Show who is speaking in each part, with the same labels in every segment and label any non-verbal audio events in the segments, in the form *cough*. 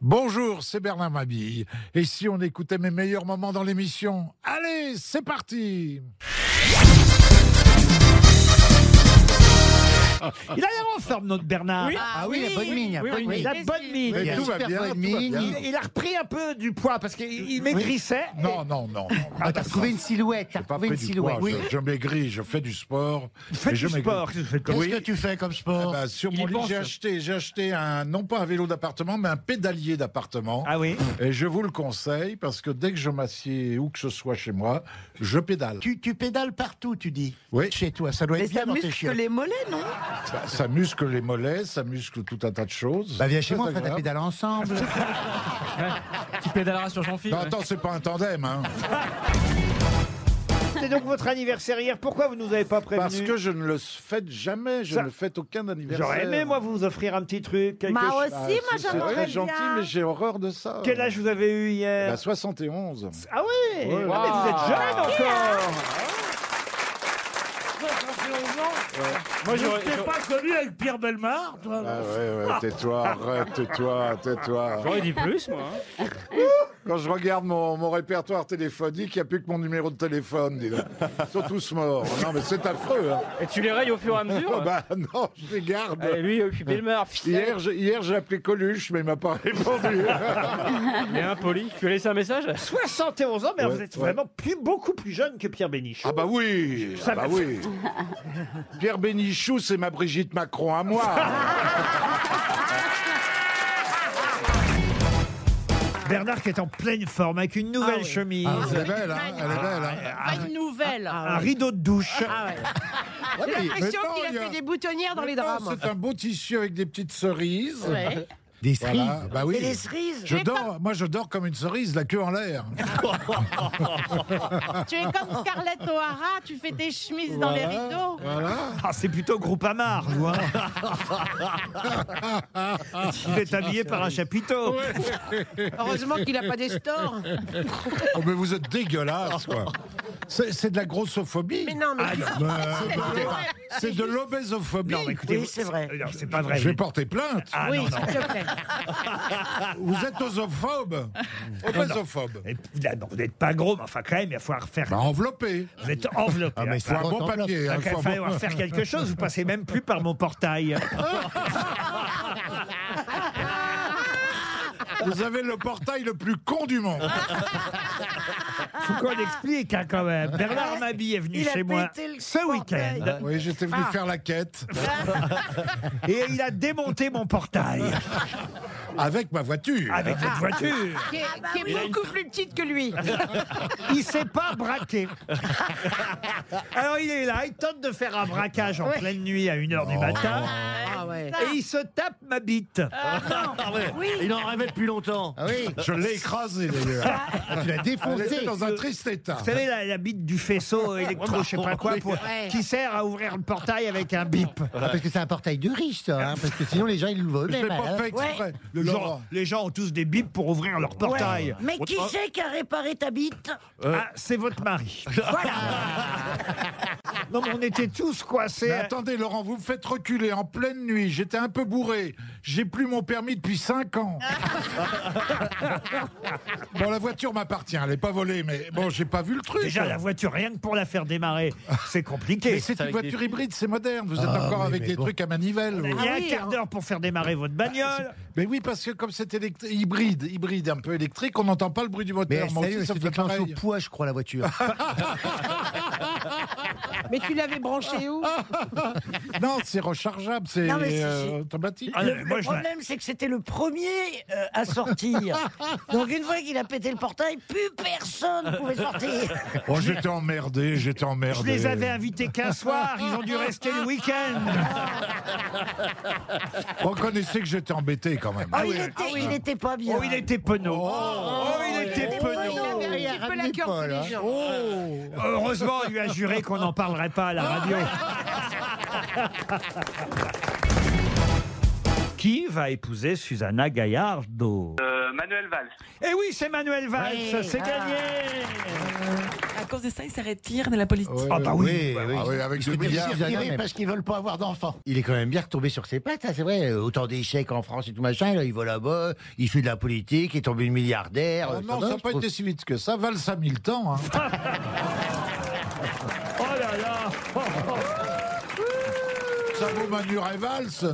Speaker 1: Bonjour, c'est Bernard Mabille. Et si on écoutait mes meilleurs moments dans l'émission Allez, c'est parti
Speaker 2: Il a l'air en forme, notre Bernard.
Speaker 3: Oui.
Speaker 4: Ah oui, la bonne mine, la
Speaker 2: Oui,
Speaker 4: bonne
Speaker 2: oui,
Speaker 4: mine.
Speaker 2: il a
Speaker 3: Qu'est-ce
Speaker 2: bonne
Speaker 3: qu'il-
Speaker 2: mine.
Speaker 1: Mais
Speaker 4: Il y a
Speaker 1: tout
Speaker 4: une
Speaker 1: va
Speaker 4: super
Speaker 1: Eh bien,
Speaker 4: bonne
Speaker 1: tout va
Speaker 4: mine.
Speaker 1: bien.
Speaker 2: Il, il a repris un peu du poids parce qu'il il maigrissait. et-
Speaker 1: Non, non, non. non.
Speaker 4: Ah, t'as retrouvé une silhouette, t'as
Speaker 1: J'ai pas
Speaker 4: retrouvé une
Speaker 1: fait du poids,
Speaker 4: silhouette.
Speaker 1: je, je maigris, je fais du sport. mais
Speaker 2: Faites du
Speaker 1: je maigris.
Speaker 2: sport. qu'est-ce que vous faites comme-
Speaker 5: Qu'est-ce
Speaker 1: Oui.
Speaker 5: que tu fais comme
Speaker 1: Ah
Speaker 5: sport
Speaker 1: bah, sur
Speaker 3: Il
Speaker 1: mon
Speaker 3: y
Speaker 1: lit,
Speaker 3: pense.
Speaker 1: j'ai acheté, j'ai acheté un, non pas un vélo d'appartement, mais un pédalier d'appartement.
Speaker 2: Ah oui.
Speaker 1: Et je vous le conseille parce que dès que je m'assieds où que ce soit chez moi, je pédale.
Speaker 5: tu, tu pédales partout, tu dis.
Speaker 1: Oui.
Speaker 5: Chez toi, ça doit
Speaker 3: Mais
Speaker 5: être bien
Speaker 3: ça
Speaker 5: dans tes
Speaker 3: muscle
Speaker 5: chiottes.
Speaker 3: les mollets, non
Speaker 1: Ça, ça muscle les mollets, ça muscle tout un tas de choses.
Speaker 4: Bah viens chez
Speaker 1: Très
Speaker 4: moi, on fait ta
Speaker 1: agréable.
Speaker 4: pédale ensemble.
Speaker 3: Tu pédaleras sur Jean-Philippe.
Speaker 1: Non, attends, c'est pas un tandem, hein.
Speaker 2: C'est donc votre anniversaire hier. Pourquoi vous nous avez pas prévenu
Speaker 1: Parce que je ne le fête jamais, je
Speaker 2: Ça-
Speaker 1: ne fête aucun anniversaire.
Speaker 2: J'aurais aimé, moi, vous offrir un petit truc. quelque
Speaker 3: Moi
Speaker 2: chose.
Speaker 3: Bah, aussi,
Speaker 1: Ah,
Speaker 3: moi
Speaker 1: c'est- C'est
Speaker 3: j'aimerais
Speaker 1: très
Speaker 3: bien.
Speaker 1: gentil, mais j'ai horreur de ça.
Speaker 2: Quel âge vous avez eu hier
Speaker 1: Bah, 71.
Speaker 2: Ah oui
Speaker 1: Ouais.
Speaker 2: Ah, mais vous êtes jeune encore Ah
Speaker 6: Moi, j'aurais. j'aurais-
Speaker 7: pas connu avec Pierre Belmar, toi.
Speaker 1: Ah ouais, ouais, tais-toi, arrête, tais-toi, tais-toi.
Speaker 6: J'aurais dit plus, moi. hein.
Speaker 1: Quand je regarde mon, mon répertoire téléphonique, il n'y a plus que mon numéro de téléphone. dis donc. Ils sont tous morts. Non, mais c'est affreux. hein.
Speaker 6: Et tu les rayes au fur et à
Speaker 1: Oh,
Speaker 6: mesure
Speaker 1: *laughs* bah non, je les garde.
Speaker 6: Et lui, puis Belmar,
Speaker 1: Hier, j'ai- hier, j'ai appelé Coluche, mais il m'a pas *laughs* répondu.
Speaker 6: il est impoli. Tu lui as laissé un message
Speaker 2: 71 ans, mais
Speaker 1: Ouais,
Speaker 2: vous êtes
Speaker 1: ouais.
Speaker 2: vraiment plus, beaucoup plus jeune que Pierre Bénichou.
Speaker 1: Ah bah oui, ah bah oui. Pierre Bénichou, c'est ma Brigitte Macron à moi.
Speaker 2: Bernard qui est en pleine forme avec une nouvelle chemise,
Speaker 4: Ah, elle est belle, hein, elle est belle. hein.
Speaker 1: ah,
Speaker 4: Ah,
Speaker 3: Pas une nouvelle.
Speaker 8: Ah
Speaker 2: un rideau de douche.
Speaker 3: *laughs* J'ai l'impression
Speaker 1: Mais non,
Speaker 3: qu'il
Speaker 1: il y
Speaker 3: a
Speaker 1: a-
Speaker 3: fait des boutonnières dans les
Speaker 1: Non,
Speaker 3: drames.
Speaker 1: C'est un beau tissu avec des petites cerises.
Speaker 3: Ouais.
Speaker 4: Des
Speaker 1: Voilà,
Speaker 4: cerises.
Speaker 1: bah oui.
Speaker 3: cerises.
Speaker 1: Je
Speaker 3: Tu es comme-
Speaker 1: dors, moi je dors comme une cerise, la queue
Speaker 3: *laughs*
Speaker 1: en l'air.
Speaker 9: Tu es
Speaker 4: *laughs*
Speaker 9: comme Scarlett O'Hara, tu fais tes chemises dans les rideaux.
Speaker 2: Ah, c'est plutôt groupe Amar,
Speaker 3: *laughs*
Speaker 2: vous, hein. Vous êtes habillé par un chapiteau.
Speaker 3: Heureusement qu'il n'a pas des
Speaker 4: *laughs*
Speaker 3: stores.
Speaker 1: Oh, mais vous êtes dégueulasse,
Speaker 3: *laughs*
Speaker 1: quoi. C'est c'est de la grossophobie.
Speaker 3: Mais non, mais
Speaker 4: Ah,
Speaker 1: Bah, écoutez, c'est de l'obésophobie.
Speaker 2: Ah, Non, mais écoutez, vous- Euh, Non, c'est pas vrai.
Speaker 1: Je vais
Speaker 2: vous-
Speaker 1: porter plainte.
Speaker 2: Ah,
Speaker 3: oui,
Speaker 2: non, non.
Speaker 3: s'il te plaît. ah,
Speaker 1: Vous êtes
Speaker 3: *laughs*
Speaker 1: osophobe. Obésophobe.
Speaker 2: Et puis, là, non, vous n'êtes pas gros, mais enfin, quand même, il va falloir faire.
Speaker 1: Bah, enveloppé.
Speaker 2: Vous êtes enveloppé.
Speaker 4: Ah, mais
Speaker 2: Enfin,
Speaker 4: c'est
Speaker 1: Faut un bon
Speaker 4: Enveloppe.
Speaker 1: papier. hein,
Speaker 2: Quand il
Speaker 1: faut
Speaker 2: va
Speaker 1: un bon-
Speaker 2: falloir faire quelque chose, vous passez même plus par mon portail.
Speaker 1: Vous avez le portail le plus con du
Speaker 3: *laughs*
Speaker 1: monde.
Speaker 2: Faut qu'on l'explique hein, quand même. Bernard Mabille est venu
Speaker 3: Ah, bah. Il a
Speaker 2: chez moi
Speaker 3: pété le
Speaker 2: ce
Speaker 3: portail.
Speaker 2: week-end
Speaker 1: Oui, j'étais venu faire la quête
Speaker 2: et il a démonté mon portail
Speaker 1: avec ma voiture.
Speaker 2: avec
Speaker 3: Ah.
Speaker 2: cette voiture.
Speaker 3: Qui est, qui est beaucoup plus petite que
Speaker 4: *laughs*
Speaker 3: lui.
Speaker 2: *laughs* Il s'est pas braqué. *laughs* Alors il est là, il tente de faire un braquage en pleine nuit à 1h du matin.
Speaker 3: Oh. Ah ouais.
Speaker 2: Et il se tape ma bite.
Speaker 4: Il en rêvait depuis longtemps. Ah oui, Ah.
Speaker 1: Je l'ai écrasé d'ailleurs. Ah,
Speaker 4: tu
Speaker 1: Elle
Speaker 4: l'as
Speaker 1: était
Speaker 4: défoncé.
Speaker 1: dans un triste état.
Speaker 2: Vous savez, la, la bite
Speaker 3: *laughs*
Speaker 2: du faisceau électro, je sais pas quoi, pour-
Speaker 3: Ouais.
Speaker 2: qui sert à ouvrir le portail avec un bip.
Speaker 4: Ah, parce que c'est un portail de riche, ça. hein, parce que sinon, les gens, ils l'ouvrent
Speaker 1: Je l'ai
Speaker 4: eux-mêmes.
Speaker 1: pas
Speaker 4: hein.
Speaker 1: fait exprès.
Speaker 2: Le
Speaker 1: Laurent.
Speaker 2: genre, les gens ont tous des bips pour ouvrir leur portail.
Speaker 3: Mais qui c'est qui a réparé ta bite
Speaker 2: Ah, c'est votre
Speaker 3: *laughs*
Speaker 2: mari. *laughs* non, mais on était tous coincés.
Speaker 1: Mais attendez, Laurent, vous me faites reculer en pleine nuit. J'étais un peu bourré. J'ai plus mon permis depuis 5
Speaker 2: *laughs*
Speaker 1: ans. bon, la voiture m'appartient. Elle n'est pas volée, mais bon, j'ai pas vu le truc.
Speaker 2: Déjà, la voiture, rien que pour la faire démarrer, c'est compliqué.
Speaker 1: Mais c'est une
Speaker 7: avec des
Speaker 1: voiture hybride, c'est moderne. Vous êtes
Speaker 2: Ah,
Speaker 1: encore
Speaker 4: oui,
Speaker 1: avec
Speaker 4: mais
Speaker 1: des
Speaker 4: bon.
Speaker 1: trucs à manivelle. vous.
Speaker 2: Il y a
Speaker 3: Ah
Speaker 2: un
Speaker 3: oui,
Speaker 2: quart
Speaker 3: hein.
Speaker 2: d'heure pour faire démarrer votre bagnole.
Speaker 1: Mais oui, parce que comme c'est élect- hybride, hybride, un peu électrique, on n'entend pas le bruit du
Speaker 4: Mais
Speaker 1: moteur. Moi
Speaker 4: sérieux,
Speaker 1: aussi, ça
Speaker 4: c'est
Speaker 1: me fait
Speaker 4: déclenché au
Speaker 1: pareil. Ah
Speaker 4: poids, je crois, la voiture.
Speaker 3: Mais tu l'avais branché où
Speaker 1: Non, c'est rechargeable, c'est
Speaker 8: Non, mais si,
Speaker 1: euh,
Speaker 8: si.
Speaker 1: automatique.
Speaker 2: Ah,
Speaker 8: Le,
Speaker 2: mais
Speaker 8: le
Speaker 2: moi, je la-
Speaker 8: problème, c'est que c'était le premier euh,
Speaker 3: *laughs*
Speaker 8: à sortir. Donc une fois qu'il a pété le portail, plus personne pouvait sortir.
Speaker 1: Oh, j'étais emmerdé, j'étais emmerdé.
Speaker 2: Je les avais invités qu'un soir, ils *laughs* ont dû rester le week-end.
Speaker 1: Reconnaissez que j'étais embêté quand
Speaker 3: Ah
Speaker 1: même.
Speaker 8: Ah, il, était, il était pas bien.
Speaker 2: Oh, il était penaud. Oh, il était penaud. Oh.
Speaker 3: Il avait
Speaker 4: il a
Speaker 3: un petit peu la
Speaker 4: ramené
Speaker 3: cœur
Speaker 4: Paul,
Speaker 3: tous
Speaker 4: hein.
Speaker 3: les gens.
Speaker 2: Heureusement, on lui a juré qu'on n'en parlerait *laughs* pas à la radio. Qui va épouser Susanna Gaillardo
Speaker 10: Euh, Manuel Valls.
Speaker 2: Eh oui, c'est Manuel Valls,
Speaker 10: Oui,
Speaker 2: c'est
Speaker 10: ah.
Speaker 2: gagné
Speaker 11: À cause de ça, il se retire de la politique.
Speaker 2: Ah bah oui,
Speaker 4: oui.
Speaker 1: Ah oui, avec
Speaker 4: Je
Speaker 1: deux
Speaker 4: veux dire,
Speaker 1: milliards.
Speaker 4: si Susanna, mais-
Speaker 5: parce qu'ils veulent pas avoir d'enfants.
Speaker 4: Il est quand même bien retombé sur ses pattes, hein, c'est vrai. Euh, Autant d'échecs en France et tout machin. Là, il va là-bas, il fait de la politique, il est tombé milliardaire.
Speaker 1: Oh
Speaker 4: euh,
Speaker 1: non,
Speaker 4: va,
Speaker 1: ça n'a
Speaker 4: je
Speaker 1: pas
Speaker 4: trouve.
Speaker 1: été si vite que ça. Valls a mis le temps. hein.
Speaker 2: *laughs* Oh là là
Speaker 1: Ça vaut Manuel Valls,
Speaker 2: *laughs*
Speaker 1: non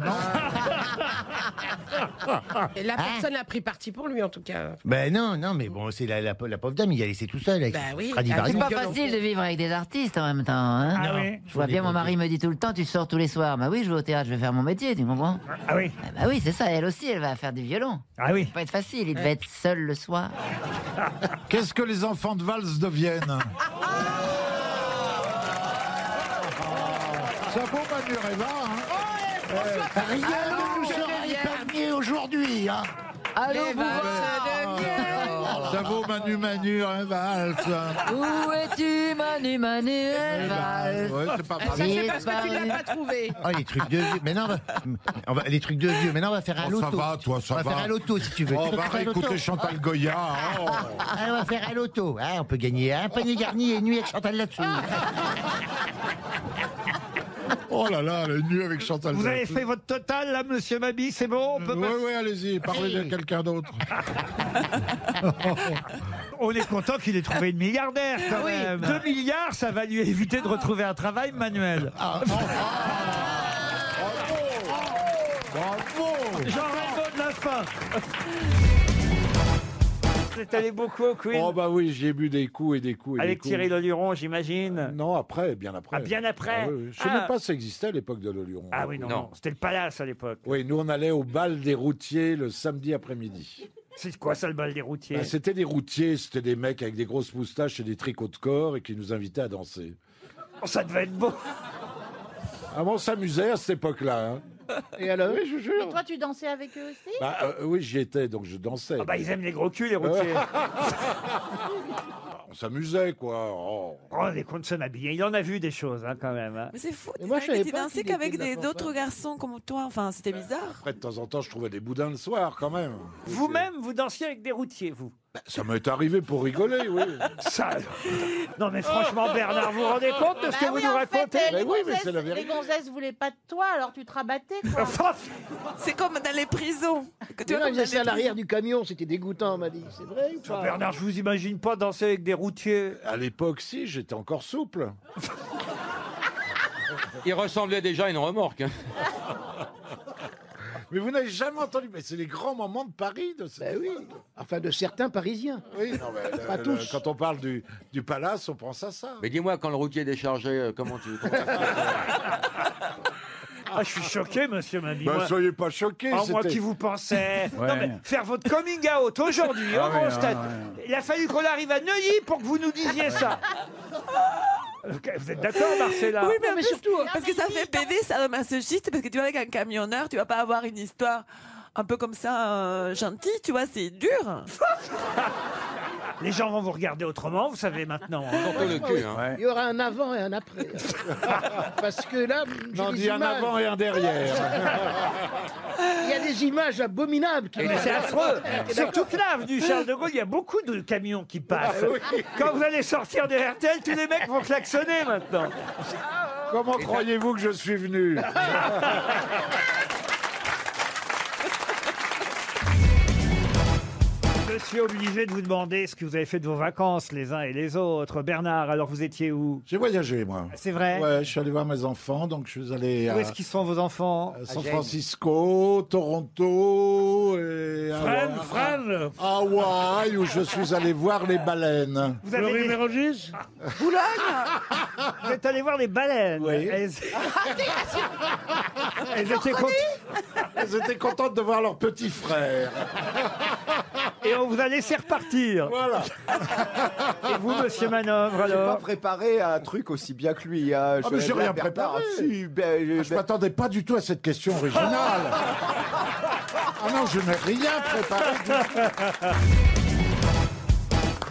Speaker 3: Et
Speaker 8: Ah.
Speaker 3: la personne a pris parti pour lui, en tout cas.
Speaker 4: Ben non, non, mais bon, c'est la, la, la pauvre dame, il a laissé tout seul. Avec
Speaker 3: Ben
Speaker 4: son
Speaker 3: oui.
Speaker 4: Stradivarius.
Speaker 12: C'est pas
Speaker 3: violent.
Speaker 12: facile de vivre avec des artistes en même temps. hein.
Speaker 2: Ah oui.
Speaker 12: Je vois bien, mon mari me dit tout le temps, tu sors tous les soirs. Bah oui, je vais au théâtre, je vais faire mon métier, tu comprends
Speaker 2: Ah oui
Speaker 12: Ah Bah oui, c'est ça, elle aussi, elle va faire du violon.
Speaker 2: Ah oui
Speaker 12: Ça va pas être facile, il devait être seul le soir.
Speaker 1: Qu'est-ce que les enfants de Valls deviennent
Speaker 2: Ah.
Speaker 1: Ça vaut Manuel Valls. hein.
Speaker 2: Oh,
Speaker 5: Rien ne nous sera épargné aujourd'hui. Hein.
Speaker 12: Allô,
Speaker 3: Les
Speaker 12: Bouvard
Speaker 3: valses de
Speaker 2: Oh
Speaker 3: miel.
Speaker 1: Ça vaut Manu Manu un Valls.
Speaker 2: *laughs*
Speaker 12: Où es-tu, Manu Manuel Valls
Speaker 1: Ouais, c'est pas
Speaker 3: Ah,
Speaker 1: mal.
Speaker 3: Ça, c'est parce que tu
Speaker 12: bah
Speaker 3: l'as pas trouvé.
Speaker 4: Oh, les trucs de vieux. Maintenant, on va- on va- les trucs de vieux. Maintenant, on va faire à
Speaker 1: Oh, ça
Speaker 4: l'auto.
Speaker 1: va, toi, ça
Speaker 4: on va,
Speaker 1: va.
Speaker 4: faire à l'auto si tu veux.
Speaker 1: Oh,
Speaker 4: On va
Speaker 1: bah
Speaker 4: faire à l'auto.
Speaker 1: écoutez Chantal Goya. oh.
Speaker 4: Ah, on va faire à l'auto. Ah, on peut gagner un panier garni et une nuit avec Chantal là-dessus.
Speaker 1: Oh là là, la nuit avec Chantal
Speaker 2: Vous
Speaker 1: Goya.
Speaker 2: avez fait votre total là, monsieur Mabi, c'est bon on, peut
Speaker 1: Oui,
Speaker 2: pas-
Speaker 1: oui, allez-y, parlez de quelqu'un d'autre.
Speaker 2: on est content qu'il ait trouvé une milliardaire quand même. 2 milliards, ça va lui éviter de retrouver un travail, Manuel.
Speaker 9: Ah.
Speaker 1: Bravo
Speaker 2: Jean Raymond de la fin Vous êtes allé beaucoup au Queen
Speaker 10: Oh bah oui, j'ai bu des coups et des coups et
Speaker 2: avec
Speaker 10: des coups.
Speaker 2: Thierry Loluron, j'imagine.
Speaker 1: Non, après, bien après.
Speaker 2: Ah, bien après.
Speaker 1: Ah oui, oui. Je ne
Speaker 2: Ah.
Speaker 1: savais pas si ça existait à l'époque de l'Oluron.
Speaker 2: Ah oui, non, non. c'était le palace à l'époque.
Speaker 1: Oui, nous on allait au bal des routiers le samedi après-midi.
Speaker 2: C'est quoi ça, le bal des routiers
Speaker 1: Bah, c'était des routiers, c'était des mecs avec des grosses moustaches et des tricots de corps et qui nous invitaient à danser.
Speaker 2: Oh, Ça devait être beau
Speaker 1: Ah, mais on s'amusait à cette époque-là. hein. Et alors Oui, je vous jure.
Speaker 9: Toi, tu dansais avec eux aussi
Speaker 1: Bah, euh, oui, j'y étais, donc je dansais.
Speaker 2: Ah bah, Ils aiment les gros culs, les routiers.
Speaker 1: On s'amusait, quoi. Oh.
Speaker 2: *laughs* Oh, les comptes se m'habiller. Il en a vu des choses, hein, quand même. hein.
Speaker 11: Mais c'est fou.
Speaker 8: moi,
Speaker 11: Moi,
Speaker 8: je
Speaker 11: je
Speaker 8: savais
Speaker 11: n'étais
Speaker 8: pas
Speaker 11: dansé
Speaker 8: qu'il était
Speaker 11: qu'avec
Speaker 8: de la
Speaker 11: des-
Speaker 8: Corse.
Speaker 11: d'autres garçons comme toi. Enfin, c'était bizarre.
Speaker 1: Après, de temps en temps, je trouvais des boudins le soir, quand même.
Speaker 2: Vous-même, vous dansiez avec des routiers, vous
Speaker 1: Ça m'est arrivé pour rigoler, oui.
Speaker 2: Ça alors. Non, mais franchement, Bernard, vous vous rendez compte de ce
Speaker 9: Bah
Speaker 2: que vous
Speaker 9: oui,
Speaker 2: nous
Speaker 9: en fait,
Speaker 2: racontez
Speaker 9: les,
Speaker 1: Mais Ben oui, mais
Speaker 9: gonzesses,
Speaker 1: c'est la
Speaker 9: les
Speaker 1: vérité.
Speaker 9: gonzesses voulaient pas de toi, alors tu te rabattais. Quoi.
Speaker 11: C'est comme dans les prisons. Que tu
Speaker 8: Tu
Speaker 11: vois,
Speaker 8: vois,
Speaker 11: comme
Speaker 8: ils
Speaker 11: dans
Speaker 8: étaient
Speaker 11: les
Speaker 8: à l'arrière du camion, c'était dégoûtant, on m'a dit. C'est vrai ou pas
Speaker 2: Ah. Bernard, je vous imagine pas danser avec des routiers.
Speaker 1: À l'époque, si, j'étais encore souple.
Speaker 10: Il ressemblait déjà à une remorque. hein.
Speaker 1: Mais vous n'avez jamais entendu. Mais c'est les grands moments de Paris. De cette
Speaker 8: Ben oui.
Speaker 1: époque.
Speaker 8: Enfin, de certains Parisiens.
Speaker 1: Oui, non, mais le-
Speaker 8: Pas
Speaker 1: le-
Speaker 8: tous.
Speaker 1: quand on parle du, du palace, on pense à ça.
Speaker 10: Mais dis-moi, quand le routier est déchargé, euh, comment tu... comment tu-
Speaker 2: Ah, je suis choqué, monsieur Mabi.
Speaker 1: Ben,
Speaker 2: Moi-
Speaker 1: soyez pas choqués.
Speaker 2: Ah, moi
Speaker 1: c'était-
Speaker 2: qui vous pensais. Non, mais faire votre coming out aujourd'hui, au Grand Stade. Il a fallu qu'on arrive à Neuilly pour que vous nous disiez ça. Ok, Vous êtes d'accord, Marcella
Speaker 11: Oui, mais, en
Speaker 8: mais
Speaker 11: plus,
Speaker 8: surtout-
Speaker 11: Parce que ça fait pédé, ça masochiste, parce que tu vois, avec un camionneur, tu vas pas avoir une histoire un peu comme ça, euh, gentille, tu vois, c'est dur.
Speaker 2: Les gens vont vous regarder autrement, vous savez maintenant.
Speaker 13: Ah,
Speaker 10: Surtout le cul. hein.
Speaker 8: Il y aura un avant et un après. *laughs* Parce que là,
Speaker 1: J'en
Speaker 8: j'ai des
Speaker 1: dis un
Speaker 8: images-
Speaker 1: avant et un
Speaker 2: *laughs*
Speaker 1: derrière.
Speaker 8: il y a des images abominables. qui-
Speaker 2: Mais c'est affreux. Sur toute l'avenue Charles de Gaulle, il y a beaucoup de camions qui passent. Quand vous allez sortir de RTL, tous les mecs vont klaxonner maintenant.
Speaker 1: Comment croyez-vous que je suis
Speaker 2: *laughs*
Speaker 1: venu
Speaker 2: Je suis obligé de vous demander ce que vous avez fait de vos vacances, les uns et les autres. Bernard, alors vous étiez où
Speaker 1: J'ai voyagé, moi.
Speaker 2: C'est vrai
Speaker 1: Ouais, je suis allé voir mes enfants, donc je suis allé à,
Speaker 2: Où est-ce qu'ils sont vos enfants
Speaker 1: à San Francisco, Toronto et
Speaker 7: Fran,
Speaker 1: Hawaï-
Speaker 7: Fran,
Speaker 1: Hawaï, où je suis allé voir les baleines.
Speaker 2: vous,
Speaker 7: le
Speaker 2: avez des-
Speaker 7: numéro
Speaker 2: *laughs*
Speaker 7: 10
Speaker 2: vous êtes allé voir les baleines.
Speaker 1: Oui.
Speaker 2: Elles, *laughs* Elles étaient cont-
Speaker 1: Elles étaient contentes de voir leur petit frère.
Speaker 2: Et on vous a laissé repartir.
Speaker 1: Voilà.
Speaker 2: Et vous, monsieur Manœuvre, alors
Speaker 13: préparé à un truc aussi bien que lui. Hein.
Speaker 1: Ah, mais j'ai rien préparé.
Speaker 13: ben,
Speaker 1: Ah, Je m'attendais pas du tout à cette question originale. Ah non, je n'ai rien préparé. du tout.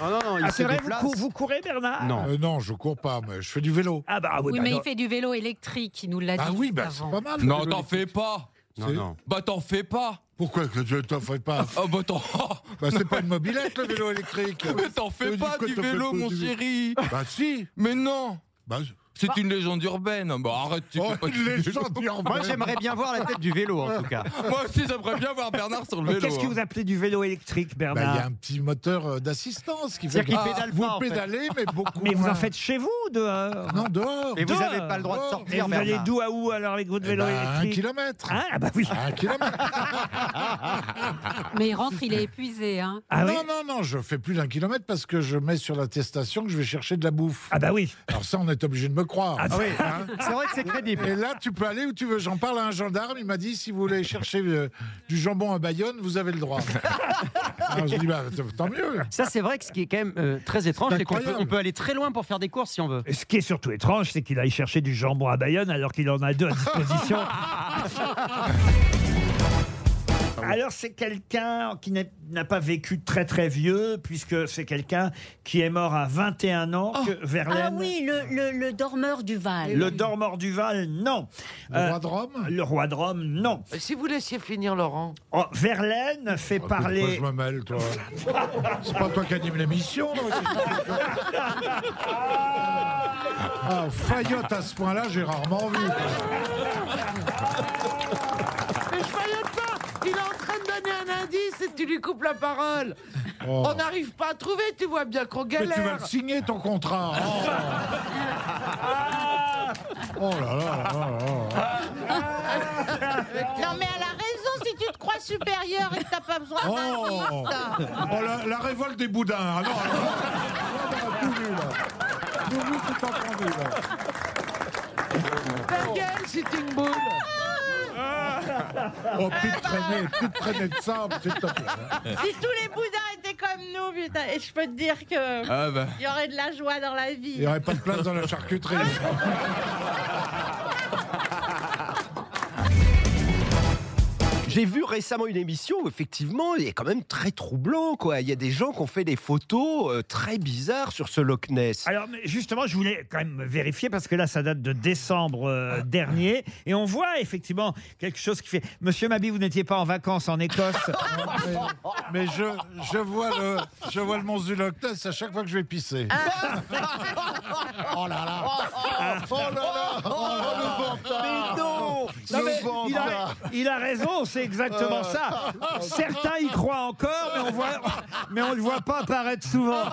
Speaker 13: non, non, il
Speaker 2: Ah,
Speaker 13: se
Speaker 2: C'est vrai, vous,
Speaker 13: déplace.
Speaker 2: cou- vous courez, Bernard
Speaker 13: Non.
Speaker 1: Euh, non, je cours pas, mais je fais du vélo.
Speaker 2: Ah bah oui,
Speaker 14: Oui,
Speaker 2: bah
Speaker 14: mais
Speaker 2: non.
Speaker 14: il fait du vélo électrique, il nous l'a dit.
Speaker 1: Ah oui, bah, c'est
Speaker 14: avant.
Speaker 1: pas mal.
Speaker 10: Non, t'en fais pas
Speaker 1: Non, non.
Speaker 14: Bah t'en fais pas
Speaker 1: Pourquoi que je t'en ferais pas
Speaker 14: Oh bah t'en... *laughs*
Speaker 1: Bah c'est pas une mobilette le vélo électrique
Speaker 14: Mais t'en fais
Speaker 1: Euh,
Speaker 14: pas
Speaker 1: pourquoi
Speaker 14: du
Speaker 1: t'en fais
Speaker 14: vélo,
Speaker 1: pas
Speaker 14: mon
Speaker 1: du-
Speaker 14: chéri
Speaker 1: Bah si Bah,
Speaker 14: Mais non
Speaker 2: Bah.
Speaker 14: C'est une légende urbaine Bah arrête, tu
Speaker 1: Oh,
Speaker 14: fais pas
Speaker 1: une
Speaker 14: du vélo.
Speaker 1: légende urbaine. Moi, j'aimerais bien voir la tête du vélo, en tout cas.
Speaker 14: Moi aussi j'aimerais bien voir Bernard sur le
Speaker 2: Mais
Speaker 14: vélo
Speaker 2: Qu'est-ce que
Speaker 14: hein.
Speaker 2: vous appelez du vélo électrique,
Speaker 1: Bah, il
Speaker 2: Bernard
Speaker 1: y a un petit moteur euh, d'assistance qui fait
Speaker 2: C'est-à-dire qu'il
Speaker 1: Ah,
Speaker 2: pédale
Speaker 1: vous
Speaker 2: pas, en fait.
Speaker 1: pédalez mais beaucoup
Speaker 2: Mais vous en
Speaker 1: moins.
Speaker 2: faites chez vous,
Speaker 1: *laughs*
Speaker 2: dehors
Speaker 1: Non, dehors. Et vous
Speaker 2: Dehors.
Speaker 1: avez pas le droit de
Speaker 13: Oh.
Speaker 2: Dehors.
Speaker 1: sortir,
Speaker 2: Et vous allez
Speaker 1: Bernard.
Speaker 2: d'où à où, alors, avec votre
Speaker 1: Eh
Speaker 2: vélo
Speaker 1: ben, un
Speaker 2: électrique
Speaker 1: kilomètre.
Speaker 2: Hein Ah bah oui
Speaker 1: Un kilomètre
Speaker 15: Mais il rentre, il est épuisé. Hein.
Speaker 2: Ah
Speaker 1: non, non, non, je fais plus d'un kilomètre parce que je mets sur l'attestation que je vais chercher de la bouffe.
Speaker 2: Ah bah oui.
Speaker 1: Alors ça, on est obligé de me croire.
Speaker 2: Ah oui.
Speaker 1: C'est vrai que c'est crédible. Et là, tu peux aller où tu veux. J'en parle à un gendarme. Il m'a dit, si vous voulez chercher euh, du jambon à Bayonne, vous avez le droit. Alors, je dis, bah, t- tant mieux.
Speaker 16: Ça, c'est vrai que ce qui est quand même euh, très étrange, c'est qu'on peut,
Speaker 2: incroyable.
Speaker 16: on peut aller très loin pour faire des courses si on veut.
Speaker 2: Et *laughs* Ce qui est surtout étrange, c'est qu'il aille chercher du jambon à Bayonne alors qu'il en a deux à disposition. Alors c'est quelqu'un qui n'est- n'a pas vécu très très vieux, puisque c'est quelqu'un qui est mort à 21 ans, que
Speaker 17: Ah
Speaker 2: Verlaine.
Speaker 17: oui, le, le- le dormeur du Val.
Speaker 2: Le dormeur du Val, non. Le roi
Speaker 1: de Rome
Speaker 2: Le roi de Rome, non.
Speaker 8: Euh, Si vous laissiez finir, Laurent.
Speaker 2: Oh, Verlaine fait
Speaker 1: Écoute, moi,
Speaker 2: parler...
Speaker 1: Oh, je me mêle, toi. C'est pas toi qui anime l'émission. non Ah, faillotte à ce point-là, j'ai rarement vu.
Speaker 8: Mais je faillote pas Il est en train de donner un indice et tu lui coupes la parole.
Speaker 1: Oh.
Speaker 8: On n'arrive pas à trouver, tu vois bien qu'on
Speaker 1: Mais tu vas
Speaker 8: galère.
Speaker 1: le signer, ton contrat. Oh, Oh là là là là là.
Speaker 9: Non, mais elle a raison si tu te crois supérieur et que t'as pas besoin hein.
Speaker 1: Oh,
Speaker 9: d'indice.
Speaker 1: Oh, la, la révolte des boudins. Ah non, alors- Oh, on a tout vu, là. Tout vu, tout entendu, là.
Speaker 8: Ta gueule, c'est une boule.
Speaker 1: Oh, plus de traîner, plus de traîner de ça, s'il te plaît.
Speaker 9: Si tous les boudins étaient comme nous, putain, et je peux te dire que il
Speaker 1: Ah bah.
Speaker 9: y aurait de la joie dans la vie.
Speaker 1: Il n'y aurait pas de place dans la charcuterie.
Speaker 13: J'ai vu récemment une émission où effectivement, il est quand même très troublant. Quoi. Il y a des gens qui ont fait des photos euh, très bizarres sur ce Loch Ness.
Speaker 2: Alors mais justement, je voulais quand même vérifier parce que là, ça date de décembre euh, dernier et on voit effectivement quelque chose qui fait. Monsieur Mabi, vous n'étiez pas en vacances en Écosse.
Speaker 1: Mais je, je vois le, je vois le monstre du Loch Ness à chaque fois que je vais pisser. Oh là là. Oh là là. Oh là là. Mais non.
Speaker 2: Non, mais il, a, il a raison, c'est exactement ça. Certains y croient encore, mais on voit, mais on le voit pas apparaître souvent.